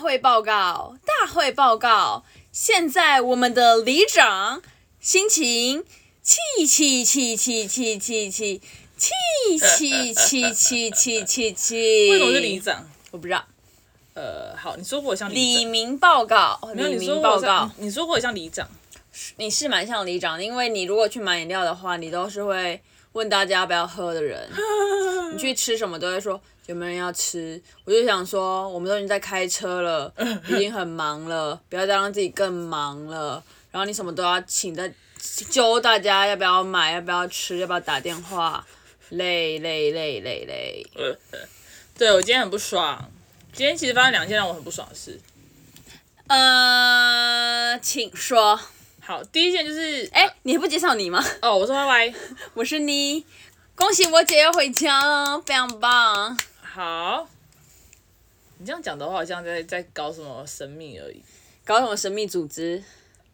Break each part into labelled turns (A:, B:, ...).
A: 会报告，大会报告。现在我们的里长心情气气气气气气气气气气气气气气。
B: 为什么是里？长？
A: 我不知道。
B: 呃，好，你说过我像里
A: 李
B: 长，
A: 明报告，
B: 没有
A: 李
B: 你说
A: 明
B: 过
A: 报
B: 我像
A: 告，，
B: 你说过我像里长，
A: 你是蛮像里长的，因为你如果去买饮料的话，你都是会问大家要不要喝的人。你去吃什么都会说有没有人要吃。我就想说，我们都已经在开车了，已经很忙了，不要再让自己更忙了。然后你什么都要请的揪大家要不要买，要不要吃，要不要打电话，累累累累累。
B: 对我今天很不爽。今天其实发生两件让我很不爽的事。
A: 呃，请说。
B: 好，第一件就是，
A: 哎、你不介绍你吗？
B: 哦，我说拜拜。
A: 我是你，恭喜我姐要回家了，非常棒。
B: 好，你这样讲的话，好像在在搞什么神秘而已。
A: 搞什么神秘组织？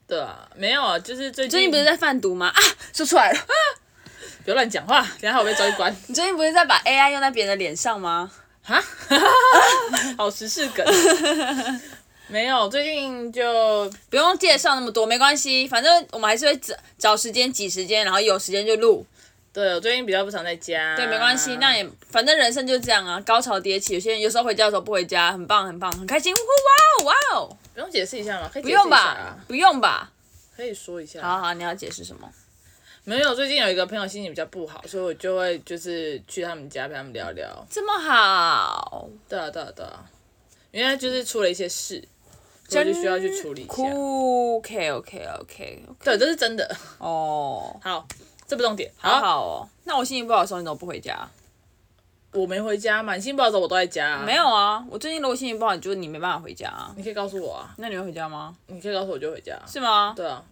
B: 对啊，没有啊，就是最近
A: 最近不是在贩毒吗？啊，说出 来了。
B: 不要乱讲话，等一下我被抓 去关。
A: 你最近不是在把 AI 用在别人的脸上吗？
B: 哈，好时事梗。没有，最近就
A: 不用介绍那么多，没关系，反正我们还是会找找时间挤时间，然后有时间就录。
B: 对我最近比较不常在家。
A: 对，没关
B: 啊
A: 系，那也反正人生就这样啊，高潮迭起。有些人有时候回家的时候不回家，很棒很棒，很开心，呼哇哦哇哦！
B: 不用解释一下吗？可以
A: 不
B: 不
A: 用吧，
B: 啊
A: 不用吧。
B: 可以说一下。
A: 好好，你要解释什么？
B: 没有，最近有一个朋友心情比较不好，所以我就会就是去他们家陪他们聊聊。
A: 这么好，
B: 对啊，对啊，对啊，因为就是出了一些事，所以
A: 真
B: 我就需要去处理一下。
A: 酷，OK OK OK，
B: 对，这是真的。
A: 哦，
B: 好，这不重点。
A: 好好哦。那我心情不好的时候，你怎么不回家？
B: 我没回家，满心不好的我都在家、
A: 没，有啊，我最近如果心情不好，就是你没办法回家啊。
B: 你可以告诉我啊，
A: 那你会回家吗？
B: 你可以告诉我就回家。
A: 是吗？
B: 对啊，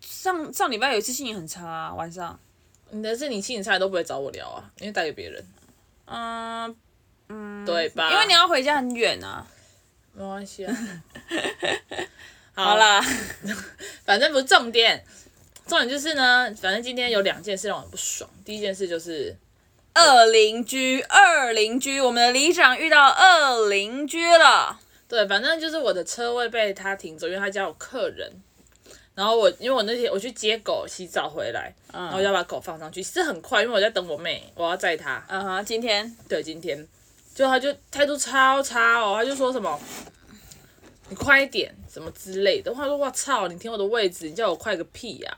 A: 上上礼拜有一次心情很差、啊，晚上，
B: 你的是你心情差都不会找我聊啊，因为打给别人，
A: 嗯，
B: 对吧？
A: 因为你要回家很远啊。
B: 没关系啊。
A: 好
B: 好，
A: 啦，
B: 反正不是重点，重点就是呢，反正今天有两件事让我很不爽。第一件事就是
A: 二邻居，二邻居，我们的里长遇到二邻居了。
B: 对，反正就是我的车位被他停走，因为他家有客人。然后我因为我那天我去接狗洗澡回来，
A: 嗯
B: 然后我就要把狗放上去，是很快，因为我在等我妹，我要载她。
A: 嗯哼，今天
B: 对，今天就他就态度超差哦，他就说什么你快一点什么之类的。我想说我操，你停我的位置，你叫我快个屁呀、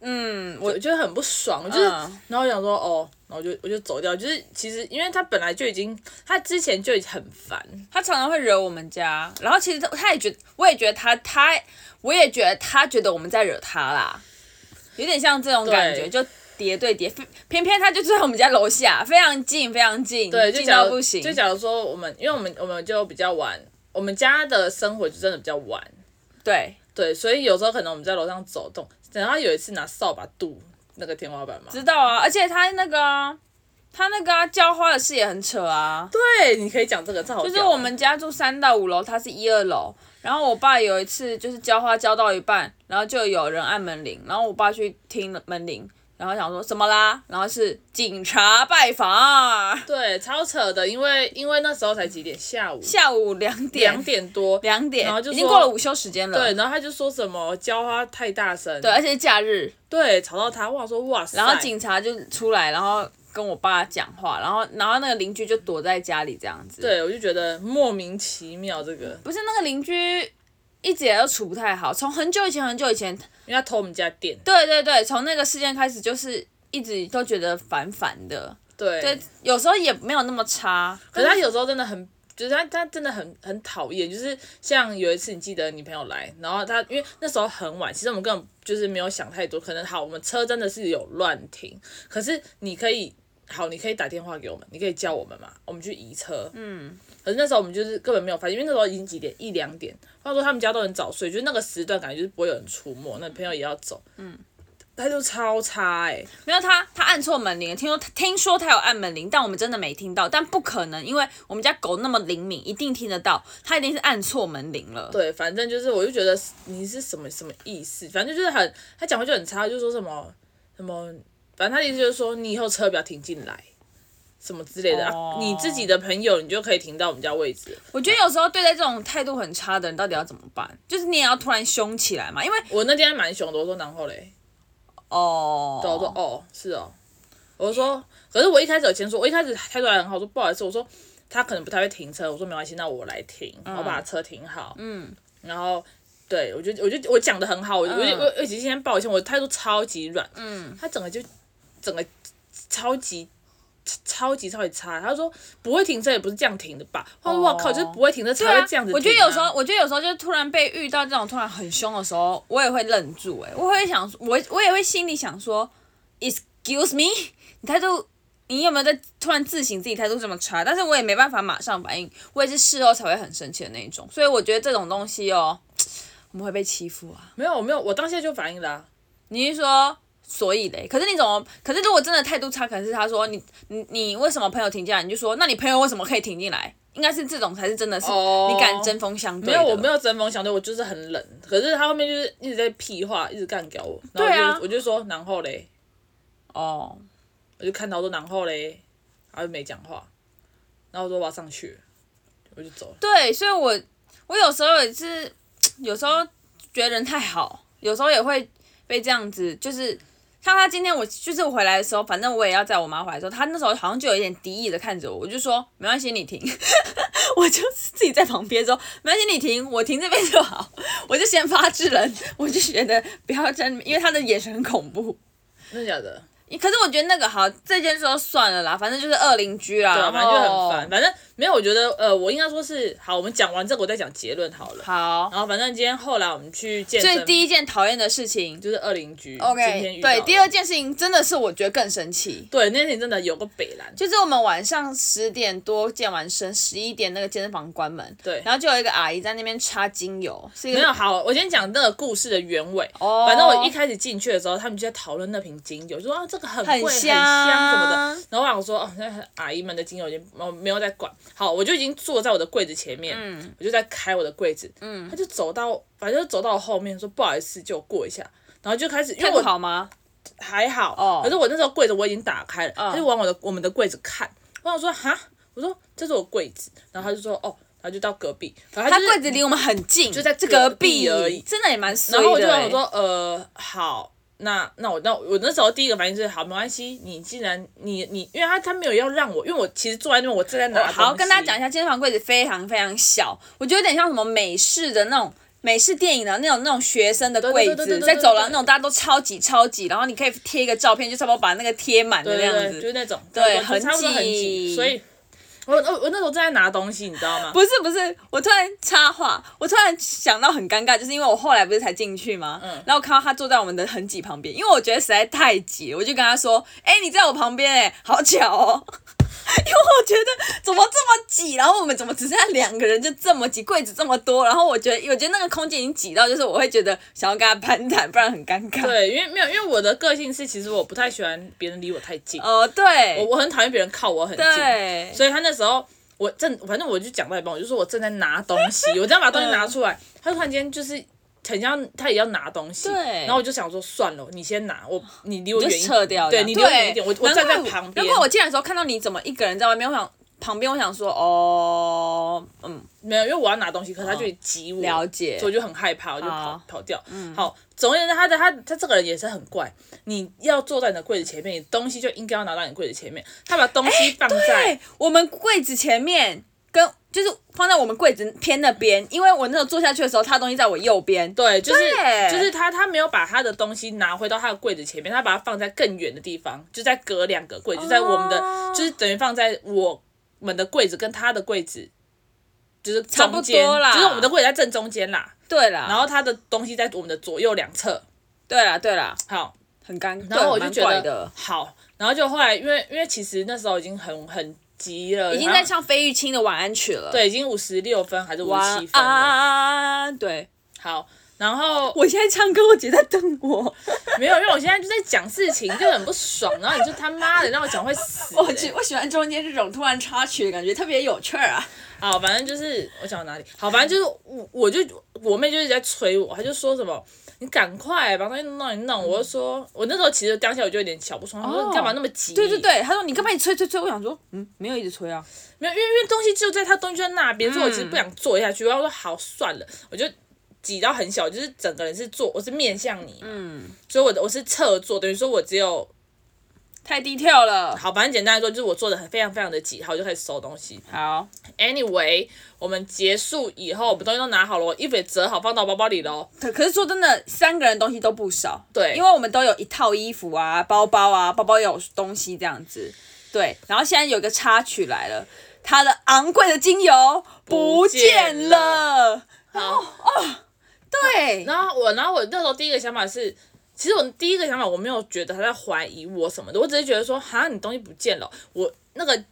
A: 嗯，
B: 我
A: 我
B: 就很不爽，我就是，
A: 嗯
B: 然后我想说哦，然后我就我就走掉，就是其实因为他本来就已经，他之前就已经很烦，
A: 他常常会惹我们家，然后其实他他也觉得，我也觉得他他，我也觉得他觉得我们在惹他啦，有点像这种感觉，
B: 对
A: 就叠对叠，偏偏偏他就住在我们家楼下，非常近，非常近，
B: 对，就
A: 近
B: 假
A: 到
B: 如
A: 不行，
B: 就假如说我们，因为我们我们就比较晚，我们家的生活就真的比较晚，
A: 对。
B: 对，所以有时候可能我们在楼上走动，然后有一次拿扫把堵那个天花板嘛，
A: 知道啊，而且他那个啊、他那个啊，浇花的事也很扯啊。
B: 对，你可以讲这个，这好
A: 就是
B: 屌哦
A: 我们家住三到五楼，他是一二楼。然后我爸有一次就是浇花浇到一半，然后就有人按门铃，然后我爸去听门铃，然后想说什么啦，然后是警察拜访，
B: 对，超扯的，因为因为那时候才几点，下午
A: 下午两点，
B: 两点多，
A: 两点，
B: 然后就
A: 已经
B: 说
A: 过了午休时间了。
B: 对，然后他就说什么浇花太大声，
A: 对，而且是假日，
B: 对，吵到他，我想说哇塞，
A: 然后警察就出来，然后跟我爸讲话，然后然后那个邻居就躲在家里这样子。
B: 对我就觉得莫名其妙，这个
A: 不是那个邻居一直也都处不太好，从很久以前很久以前，
B: 因为他偷我们家电，
A: 对对对，从那个事件开始就是一直都觉得烦烦的，
B: 对，
A: 对，有时候也没有那么差，
B: 可是他有时候真的很。就是他，他真的很很讨厌。就是像有一次，你记得你朋友来，然后他因为那时候很晚，其实我们根本就是没有想太多。可能好，我们车真的是有乱停，可是你可以好，你可以打电话给我们，你可以叫我们嘛，我们去移车。嗯。可是那时候我们就是根本没有发现，因为那时候已经几点一两点，话说他们家都很早睡，就是那个时段感觉就是不会有人出没，那朋友也要走。嗯。态度超差哎、
A: 没有他他按错门铃了，听说听说他有按门铃，但我们真的没听到，但不可能，因为我们家狗那么灵敏，一定听得到，他一定是按错门铃了。
B: 对，反正就是，我就觉得你是什么什么意思？反正就是很，他讲话就很差，就说什么什么，反正他的意思就是说，你以后车不要停进来，什么之类的、
A: 哦
B: 啊，你自己的朋友你就可以停到我们家位置。
A: 我觉得有时候对待这种态度很差的人，到底要怎么办？就是你也要突然凶起来嘛，因为
B: 我那天还蛮凶的，我说然后嘞，
A: 哦，
B: 对，我说哦是哦，我说可是我一开始有先说，我一开始态度还很好，我说不好意思，我说他可能不太会停车，我说没关系，那我来停，我把车停好，
A: 嗯，
B: 然后。对，我觉得，我觉得我讲的很好，我我
A: 嗯
B: 我我今天抱歉，我态度超级软，
A: 嗯，
B: 他整个就整个超级超级超级差。他说不会停车也不是这样停的吧？他说
A: 哦
B: 我靠，就是不会停车才
A: 对啊
B: 会这样子、，
A: 我觉得有时候，，我觉得有时候就是突然被遇到这种突然很凶的时候，我也会愣住、欸，哎，我会想，我我也会心里想说，Excuse me，你态度，你有没有在突然自省自己态度这么差？但是我也没办法马上反应，我也是事后才会很生气的那一种。所以我觉得这种东西哦，我们会被欺负啊。
B: 没有我没有，我当下就反应了、啊。
A: 你是说所以嘞？可是你怎么？可是如果真的态度差，可能是他说你你你为什么朋友停进来？你就说那你朋友为什么可以停进来？应该是这种才是真的是
B: 哦
A: 你敢针锋相对
B: 没
A: 的。
B: 有，我没有针锋相对，我就是很冷。可是他后面就是一直在屁话，一直干掉我。然后我
A: 对
B: 就
A: 啊
B: 我就说然后嘞，
A: 哦，
B: 我就看到说然后嘞，然后就没讲话。然后我说我要上去，我就走了。
A: 对，所以我我有时候也是，有时候觉得人太好，有时候也会被这样子，就是像他今天我就是我回来的时候，反正我也要载我妈回来的时候，他那时候好像就有一点敌意的看着我，我就说没关系，你停， 我就是自己在旁边说没关系，你停，我停这边就好，我就先发制人， 我就觉得不要真，因为他的眼神很恐怖。
B: 真的假的？
A: 可是我觉得那个好，这件事就算了啦，反正就是恶邻居啦，
B: 对啊，
A: 然
B: 反正就
A: 后
B: 很烦。。反正没有，我觉得呃，我应该说是好。我们讲完这个，我再讲结论好了。
A: 好，
B: 然后反正今天后来我们去健
A: 所
B: 身，
A: 以第一件讨厌的事情
B: 就是二邻居。今天
A: OK，
B: 遇到的
A: 对，第二件事情真的是我觉得更生气，
B: 对那天真的有个北兰，
A: 就是我们晚上十点多健完身，十一点那个健身房关门，
B: 对
A: 然后就有一个阿姨在那边擦精油，是一
B: 没有
A: 个
B: 好，我先讲那个故事的原委。
A: 哦
B: 反正我一开始进去的时候，他们就在讨论那瓶精油，就说啊这个很贵
A: 很
B: 很
A: 香
B: 什么的。然后我想说，哦，那阿姨们的精油已经我没有在管。好，我就已经坐在我的柜子前面，
A: 嗯
B: 我就在开我的柜子。嗯，他就走到，反正就走到我后面说不好意思，借我过一下。然后就开始，因为
A: 态度
B: 我
A: 好吗？
B: 还好，
A: 哦
B: 可是我那时候柜子我已经打开了，
A: 嗯
B: 他就往我的我们的柜子看，我想说哈，我说这是我柜子，然后他就说哦，然后就到隔壁，然后
A: 她
B: 他就是
A: 柜子离我们很近，就
B: 在
A: 隔
B: 隔壁而已
A: 真的也蛮衰的、
B: 然
A: 欸。
B: 后我就想说呃好。那那我那我那时候第一个反应是好没关系，你既然你你，因为他他没有要让我，因为我其实坐在那边我正在拿
A: 哦好，
B: 东西
A: 跟大家讲一下，健身房柜子非常非常小，我觉得有点像什么美式的那种。美式电影的那种那种学生的柜
B: 对对对
A: 子，
B: 对
A: 在
B: 对
A: 走廊
B: 对
A: 那种大家都超级超级，然后你可以贴一个照片，就差不多把那个贴满的那
B: 对
A: 样
B: 对
A: 子
B: 对，就是那种
A: 对
B: 差不多差不多
A: 很
B: 很
A: 挤
B: 挤，所以我我我那时候正在拿东西，你知道吗？
A: 不是不是，我突然插话，我突然想到很尴尬，就是因为我后来不是才进去吗？
B: 嗯
A: 然后我看到他坐在我们的很挤旁边，因为我觉得实在太挤，我就跟他说：“哎、你在我旁边，哎，好巧哦。” 因为我觉得怎么这么挤，然后我们怎么只剩下两个人就这么挤，柜子这么多，然后我觉得我觉得那个空间已经挤到，就是我会觉得想要跟他攀谈，不然很尴尬。，
B: 对，因为没有，因为我的个性是其实我不太喜欢别人离我太近，
A: 哦、
B: 我
A: 对，
B: 我很讨厌别人靠我很近，
A: 对，
B: 所以他那时候我正反正我就讲到一半，我就说我正在拿东西，我正要把东西拿出来，他突然间就是很像他也要拿东西，
A: 对
B: 然后我就想说算了，你先拿，我你离我
A: 我就
B: 远一
A: 撤
B: 点，
A: 掉这
B: 对
A: 样。
B: 你离我远一点，我我
A: 难怪
B: 站在旁边
A: 难，怪我进来的时候看到你怎么一个人在外面，我想旁边我想说哦，嗯，
B: 没有，因为我要拿东西，可是他就挤我，
A: 了解
B: 所以我就很害怕，我就跑
A: 好嗯
B: 跑掉。好，总而言之，他的他他这个人也是很怪，你要坐在你的柜子前面，你东西就应该要拿到你柜子前面，他把东西放在。
A: 哎对，我们柜子前面跟就是放在我们柜子偏那边，因为我那时候坐下去的时候，他的东西在我右边。
B: 对，就是
A: 对
B: 就是他，他没有把他的东西拿回到他的柜子前面，他把它放在更远的地方，就在隔两个柜，就在我们的，
A: 哦
B: 就是等于放在我们的柜子跟他的柜子，就是
A: 差不
B: 中间
A: 多啦
B: 就是我们的柜子在正中间啦，
A: 对啦，
B: 然后他的东西在我们的左右两侧。
A: 对啦对啦，
B: 好，
A: 很尴尬，
B: 然后我就
A: 蛮
B: 觉
A: 怪
B: 得
A: 的。
B: 好，然后就后来因为因为其实那时候已经很很急了，
A: 已经
B: 然后
A: 在唱费玉清的晚安曲了。，
B: 对，已经五十六分还是五十七
A: 晚
B: 分了。
A: 安。对，
B: 好，然后
A: 啊我现在唱歌，我姐在瞪我，
B: 没有，因为我现在就在讲事情，就很不爽。然后你就他妈的让我讲会死、
A: 我
B: 欸
A: 喜。我喜欢中间这种突然插曲的感觉，特别有趣儿啊。
B: 好，反正就是我讲到哪里？好，反正就是我，我就我妹就是在催我，她就说什么，你赶快把东西弄一弄。我就说，我那时候其实当下我就有点瞧不爽，我说你干嘛那么急？
A: 哦对对对，他说你干嘛你催催催？我想说，嗯，没有一直催啊。
B: 没有，因为因为东西就在他东西就在那边，所以我其实
A: 嗯
B: 不想坐下去。然后我说好算了，我就挤到很小，就是整个人是坐，我是面向你嘛，
A: 嗯
B: 所以我的我是侧坐，等于说我只有
A: 太低调了。
B: 好，反正简单来说就是我坐的很非常非常的挤，好我就开始收东西。
A: 好，
B: Anyway，我们结束以后，我们东西都拿好了，我衣服也折好放到包包里喽。
A: 可可是说真的，三个人东西都不少，
B: 对
A: 因为我们都有一套衣服啊、包包啊，包包有东西这样子，对。然后现在有一个插曲来了，它的昂贵的精油不见
B: 见了
A: 了，哦
B: 好，
A: 对，
B: 然后我，然后我那时候第一个想法是，其实我第一个想法我没有觉得他在怀疑我什么的，我只是觉得说，哈，你东西不见了，我那个。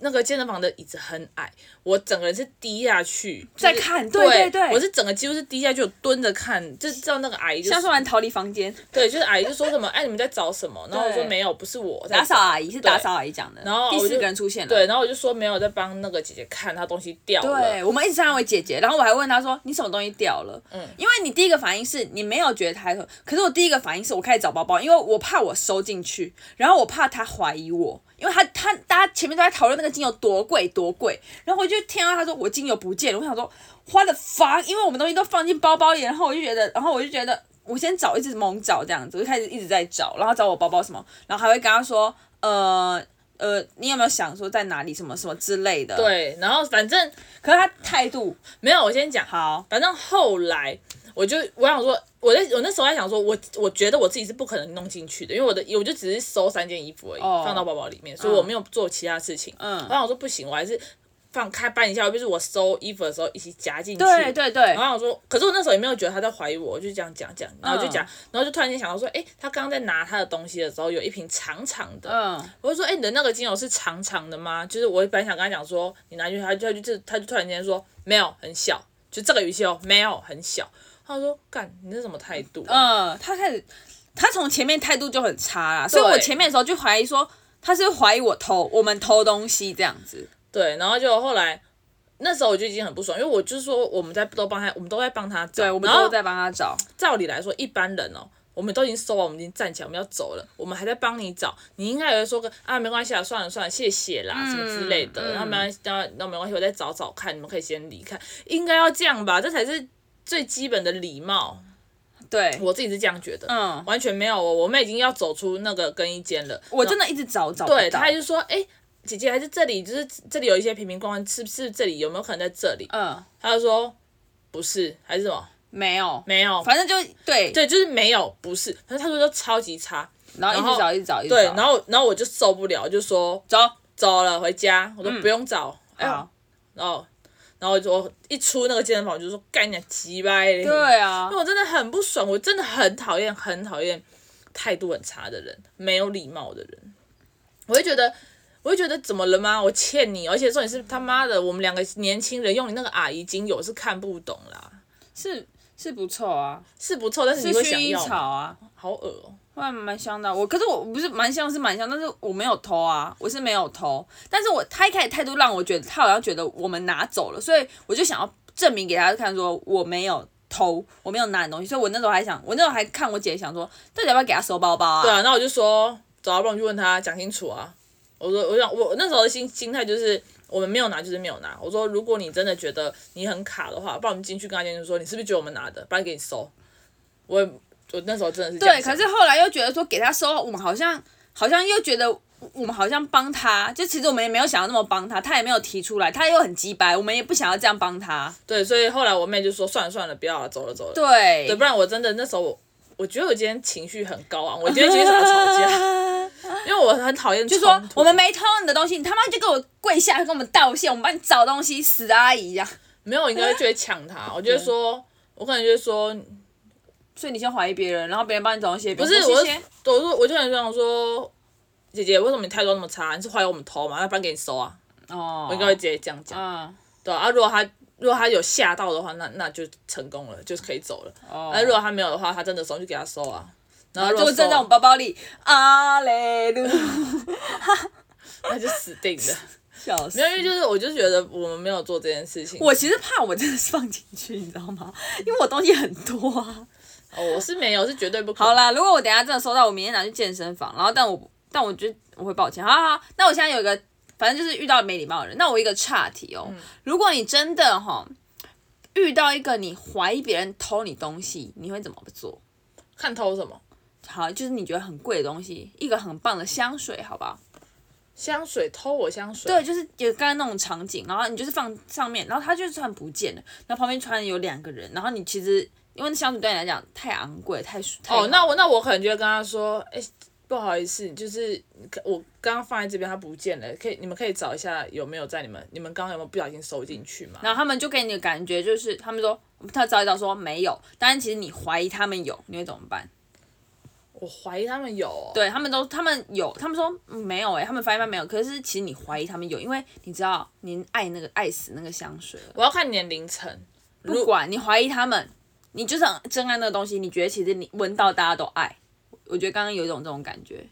B: 那个健身房的椅子很矮，我整个人是低下去就是
A: 在看对对
B: 对
A: 对
B: 我是整个几乎是低下去，我蹲着看，就知道那个阿姨就
A: 像是
B: 是
A: 我们逃离房间，
B: 对，就是阿姨就说什么，哎，你们在找什么？然后我说
A: 对
B: 没有，不是我在
A: 打扫
B: 找
A: 阿姨是打扫阿姨讲的，
B: 然后
A: 第
B: 我
A: 四
B: 就
A: 个人出现了，
B: 对，然后我就说没有在帮那个姐姐看，她东西掉了，
A: 对，我们一直称她为姐姐，然后我还问她说：“你什么东西掉了？”嗯，因为你第一个反应是你没有觉得她，可是我第一个反应是我开始找包包，因为我怕我收进去，然后我怕她怀疑我，因为她她大家前面都在讨论那个精油多贵多贵，然后我就听到她说我精油不见了，我想说花的发，因为我们东西都放进包包里，然后我就觉得，然后我就觉得。我先找，一直猛找这样子，我就开始一直在找，然后找我包包什么，然后还会跟她说，呃呃，你有没有想说在哪里什么什么之类的？，
B: 对，然后反正
A: 可是她态度
B: 没有，我先讲，
A: 好，
B: 反正后来我就我想说，我在我那时候在想说，我我觉得我自己是不可能弄进去的，因为我的我就只是收三件衣服而已，
A: 哦
B: 放到包包里面，所以我没有做其他事情。
A: 嗯
B: 然后我说不行，我还是放开搬一下，就是我收衣服的时候一起夹进去。
A: 对对对
B: 然，后我说，可是我那时候也没有觉得他在怀疑我，我就这样讲讲，然后就讲，
A: 嗯
B: 然后就突然间想到说，诶，他刚刚在拿他的东西的时候，有一瓶长长的，
A: 嗯，
B: 我就说，哎、你的那个精油是长长的吗？就是我本来想跟他讲说，你拿去，他就他就他就突然间说没有，很小，就这个语气哦，没有，很小。他说，干，你这什么态度、啊？
A: 嗯，他开始，他从前面态度就很差啦，所以我前面的时候就怀疑说他是怀疑我偷我们偷东西这样子，
B: 对，然后就后来。那时候我就已经很不爽，因为我就是说我们在都帮他，我们都在帮他找，
A: 对，我们
B: 然后
A: 都在帮他找，
B: 照理来说，一般人哦，我们都已经收完，我们已经站起来，我们要走了，我们还在帮你找，你应该也会说个啊，没关系啊，算了算了，谢谢啦，
A: 嗯
B: 什么之类的，然后没关系，那那没关系，我再找找看，你们可以先离开，应该要这样吧，这才是最基本的礼貌，
A: 对，
B: 我自己是这样觉得，
A: 嗯，
B: 完全没有哦，我们已经要走出那个更衣间了，
A: 我真的一直找找不
B: 对，
A: 到
B: 他，就说，哎、姐姐还是这里，就是这里有一些瓶瓶罐罐，是不是这里有没有可能在这里？
A: 嗯，
B: 他就说不是，还是什么？
A: 没有，
B: 没有，
A: 反正就对，
B: 对，就是没有，不是，但是他说就超级差，
A: 然后一
B: 然
A: 直
B: 后
A: 找，一直找，一直
B: 对，
A: 找
B: 然后然后我就受不了，就说
A: 走，
B: 走了回家，我说
A: 嗯
B: 不用找，哎呦
A: 好，
B: 然后然后我就我一出那个健身房，我就说干你鸡掰嘞，
A: 对啊
B: 因为，我真的很不爽，我真的很讨厌很讨厌态度很差的人，没有礼貌的人，我会觉得。我会觉得怎么了吗？我欠你，而且重点是他妈的，我们两个年轻人用你那个阿姨精油是看不懂啦，
A: 是是不错啊，
B: 是不错，但是
A: 是
B: 你会
A: 薰
B: 想
A: 衣
B: 要
A: 草
B: 吗，
A: 啊，
B: 好恶哦、
A: 还蛮香的啊，我可是我不是蛮香是蛮香，但是我没有偷啊，我是没有偷，但是我他一开始态度让我觉得他好像觉得我们拿走了，所以我就想要证明给他看，说我没有偷，我没有拿你东西，所以我那时候还想，我那时候还看我姐想说，到底要不要给他收包包啊？
B: 对啊，那我就说，走啊，不然我去问他讲清楚啊。我说，我想我那时候的心心态就是，我们没有拿就是没有拿。我说，如果你真的觉得你很卡的话，不然我们进去跟他讲清楚说，你是不是觉得我们拿的，不然给你收。我也我那时候真的是这
A: 对，
B: 样
A: 可
B: 想
A: 是后来又觉得说给他收，我们好像好像又觉得我们好像帮他，就其实我们也没有想要那么帮他，他也没有提出来，他又很鸡白，我们也不想要这样帮他。
B: 对，所以后来我妹就说，算了算了，不要了，走了走了。
A: 对，
B: 对，不然我真的那时候我。我觉得我今天情绪很高昂，我今天今天想要吵架，因为我很讨 厌
A: 就
B: 冲突。
A: 说我们没偷你的东西，你他妈就给我跪下跟我们道歉，我们帮你找东西，死阿姨呀、
B: 没有，我应该就会抢他。我就会说，我可能就会说，
A: 所以你先怀疑别人，然后别人帮你找东西，不
B: 不是我
A: 谢谢，
B: 是，我说我就很想说，姐姐为什么你态度那么差？你是怀疑我们偷吗？那不然给你收啊！
A: 哦，
B: 我应该会直接这样讲。
A: 嗯，
B: 对啊，啊如果他如果他有吓到的话，那那就成功了，就是可以走了。啊
A: 哦
B: 那、如果他没有的话，他真的收就给他收啊。然后如
A: 就
B: 果
A: 正在我
B: 收
A: 们，包包里，阿雷路，
B: 那就死定了。
A: 笑死
B: 没。有，因为就是我就是觉得我们没有做这件事情。
A: 我其实怕我真的是放进去，你知道吗？因为我东西很多啊，
B: 哦，我是没有，是绝对不可能。
A: 好啦，如果我等一下真的收到，我明天拿去健身房，然后但我但我觉得我会抱歉。好好，好那我现在有一个，反正就是遇到没礼貌的人。那我一个岔题
B: 嗯
A: 哦，如果你真的哈遇到一个你怀疑别人偷你东西，你会怎么做？
B: 看偷什么？
A: 好，就是你觉得很贵的东西，一个很棒的香水，好不好？
B: 香水偷我香水？
A: 对，，就是有刚才那种场景，然后你就是放上面，然后它就突然不见了，然后旁边突然有两个人，然后你其实因为香水对你来讲太昂贵，太太
B: 哦，那我那我可能就会跟他说，哎、不好意思，就是可我刚刚放在这边，它不见了，可以你们可以找一下有没有在你们你们刚刚有没有不小心收进去嘛？
A: 然后他们就给你的感觉就是，他们说他找一找说没有，但是其实你怀疑他们有，你会怎么办？
B: 我怀疑他们有、哦，
A: 对他们都他们有，他们说、嗯没有诶、他们发现没有，可是其实你怀疑他们有，因为你知道你爱那个爱死那个香水了，
B: 我要看年龄层。
A: 不管你怀疑他们，你就是很真爱那个东西，你觉得其实你闻到大家都爱，我觉得刚刚有一种这种感觉，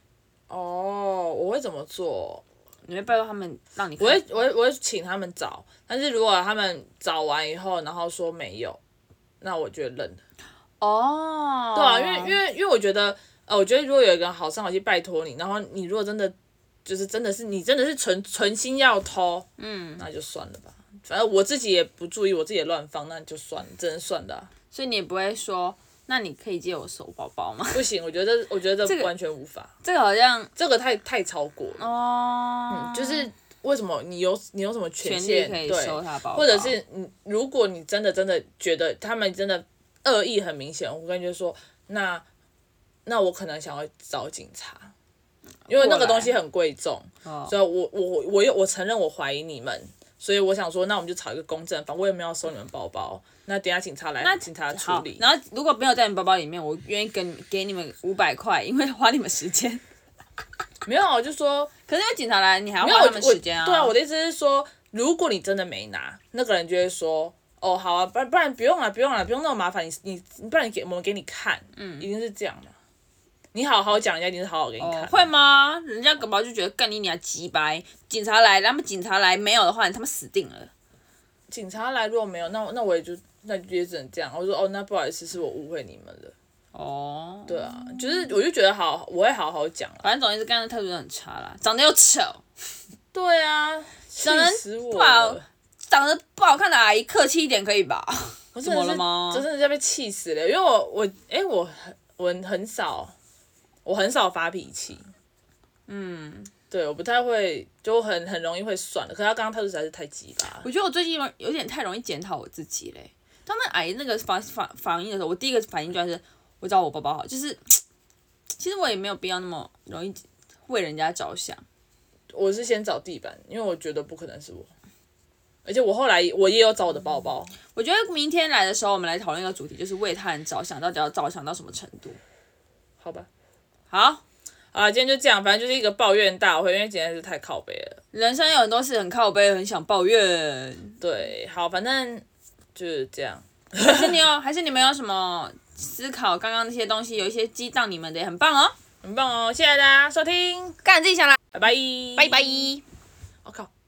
B: 哦，我会怎么做？
A: 你会拜托他们让你看
B: 我会，我会，我会请他们找，但是如果他们找完以后，然后说没有，那我就认了。
A: 哦，
B: 对啊，因为因为因为我觉得，呃，我觉得如果有一个人好声好气拜托你，然后你如果真的就是真的是你真的是存存心要偷，嗯，那就算了吧。反正我自己也不注意，我自己也乱放，那就算了，只能算的啊、
A: 所以你也不会说，那你可以借我手包包吗？
B: 不行，我觉得我觉得
A: 这
B: 这
A: 个
B: 完全无法，
A: 这个好像
B: 这个太太超过了。
A: 哦、
B: 就是为什么你有你有什么权
A: 权利
B: 限？
A: 可以
B: 对，
A: 收他包包，
B: 或者是你，如果你真的真的觉得他们真的恶意很明显，我跟你就说，那那我可能想要找警察，因为那个东西很贵重，
A: 哦
B: 所以我我我有我承认我怀疑你们，所以我想说，那我们就找一个公正方，我也没有收你们包包，那等一下警察来，那警察处
A: 好
B: 理，。
A: 然后如果没有在你包包里面，我愿意给你给你们五百块，因为花你们时间。
B: 没有，我就说
A: 可是因为警察来，你还要
B: 没有
A: 花
B: 我
A: 他们时间啊。
B: 我对啊，我的意思是说，如果你真的没拿，那个人就会说。哦，好啊，不然不然不用了，不用了，不用那么麻烦。你你不然给我们给你看，嗯，一定是这样嘛。你好好讲，人家一定是好好给你看。
A: 哦会吗？人家搞不好就觉得干你娘鸡掰，警察来，他们警察来没有的话，你他妈死定了。
B: 警察来如果没有，那我那我也就那也只能这样。我说哦，那不好意思，是我误会你们了。
A: 哦，
B: 对啊，就是我就觉得好，我会好好讲啦。
A: 反正总之是刚刚态度真的很差啦，长得又丑，
B: 对啊，气
A: 能
B: 死我
A: 不好
B: 了！
A: 长得不好看的阿姨客气一点可以吧？
B: 我
A: 怎
B: 真
A: 么了
B: 的是
A: 吗
B: 真的是要被气死了，因为我我哎、我很我很少，我很少发脾气。嗯，
A: 嗯
B: 对，我不太会，就很很容易会算了。可是他刚刚态度实在是太急吧
A: 我，觉得我最近有有点太容易检讨我自己嘞。当那阿姨那个反反反应的时候，我第一个反应就是我找我包包好，就是其实我也没有必要那么容易为人家着想。
B: 我是先找地板，因为我觉得不可能是我。而且我后来我也有找我的包包，
A: 我觉得明天来的时候，我们来讨论一个主题，就是为他人着想，到底要着想到什么程度？
B: 好吧。
A: 好，
B: 啊，今天就这样，反正就是一个抱怨大会，因为今天是太靠北了。
A: 人生有很多事很靠背，很想抱怨。
B: 对，好，反正就是这样。
A: 还是你有，还是你们有什么思考刚刚那些东西，有一些激荡你们的，也很棒哦。
B: 很棒哦，谢谢大家收听，
A: 干自己想来，
B: 拜拜，
A: 拜拜。
B: 我、靠。